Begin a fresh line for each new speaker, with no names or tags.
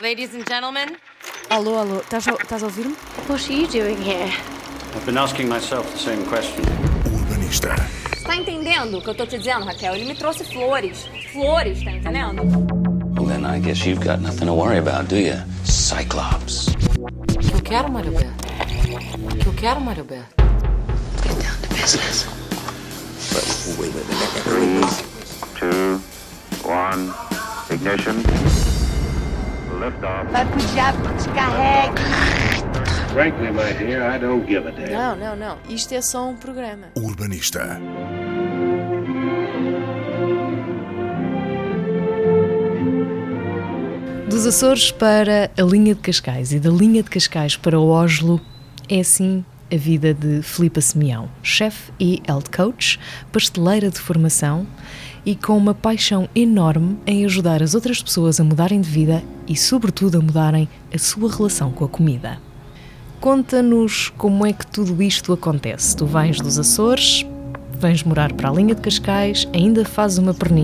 Ladies and gentlemen,
Alô, alô, estás a, estás a ouvir-me?
What are you doing here?
I've been asking myself the same question.
O Urbanista.
Tá entendendo o que eu tô te dizendo, Raquel? Ele me trouxe flores. Flores, tá entendendo?
Well, then I guess you've got nothing to worry about, do you? Cyclops.
o que eu quero, Mário Beto? O que eu quero, Mário Beto?
Get down to business.
two, one, ignition. Liftoff. Frankly, my dear, I don't give a damn.
Não, não, não. Isto é só um programa.
O Urbanista.
Dos Açores para a linha de Cascais e da linha de Cascais para o Oslo, é assim a vida de Filipa Simeão, chefe e health coach, pasteleira de formação e com uma paixão enorme em ajudar as outras pessoas a mudarem de vida e, sobretudo, a mudarem a sua relação com a comida. Conta-nos como é que tudo isto acontece. Tu vens dos Açores, vens morar para a linha de Cascais, ainda fazes uma perninha.